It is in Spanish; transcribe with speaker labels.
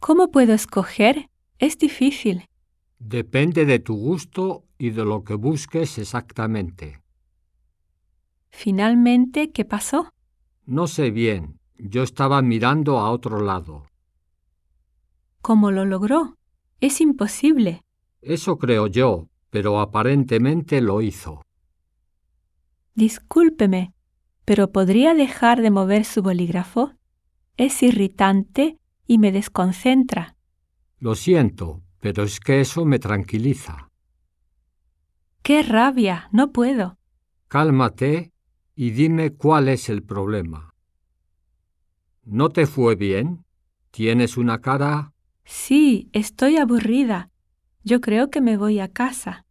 Speaker 1: ¿Cómo puedo escoger? Es difícil.
Speaker 2: Depende de tu gusto y de lo que busques exactamente.
Speaker 1: Finalmente, ¿qué pasó?
Speaker 2: No sé bien, yo estaba mirando a otro lado.
Speaker 1: ¿Cómo lo logró? Es imposible.
Speaker 2: Eso creo yo, pero aparentemente lo hizo.
Speaker 1: Discúlpeme, pero ¿podría dejar de mover su bolígrafo? Es irritante y me desconcentra.
Speaker 2: Lo siento, pero es que eso me tranquiliza.
Speaker 1: ¡Qué rabia! No puedo.
Speaker 2: Cálmate y dime cuál es el problema. ¿No te fue bien? ¿Tienes una cara?
Speaker 1: Sí, estoy aburrida. Yo creo que me voy a casa.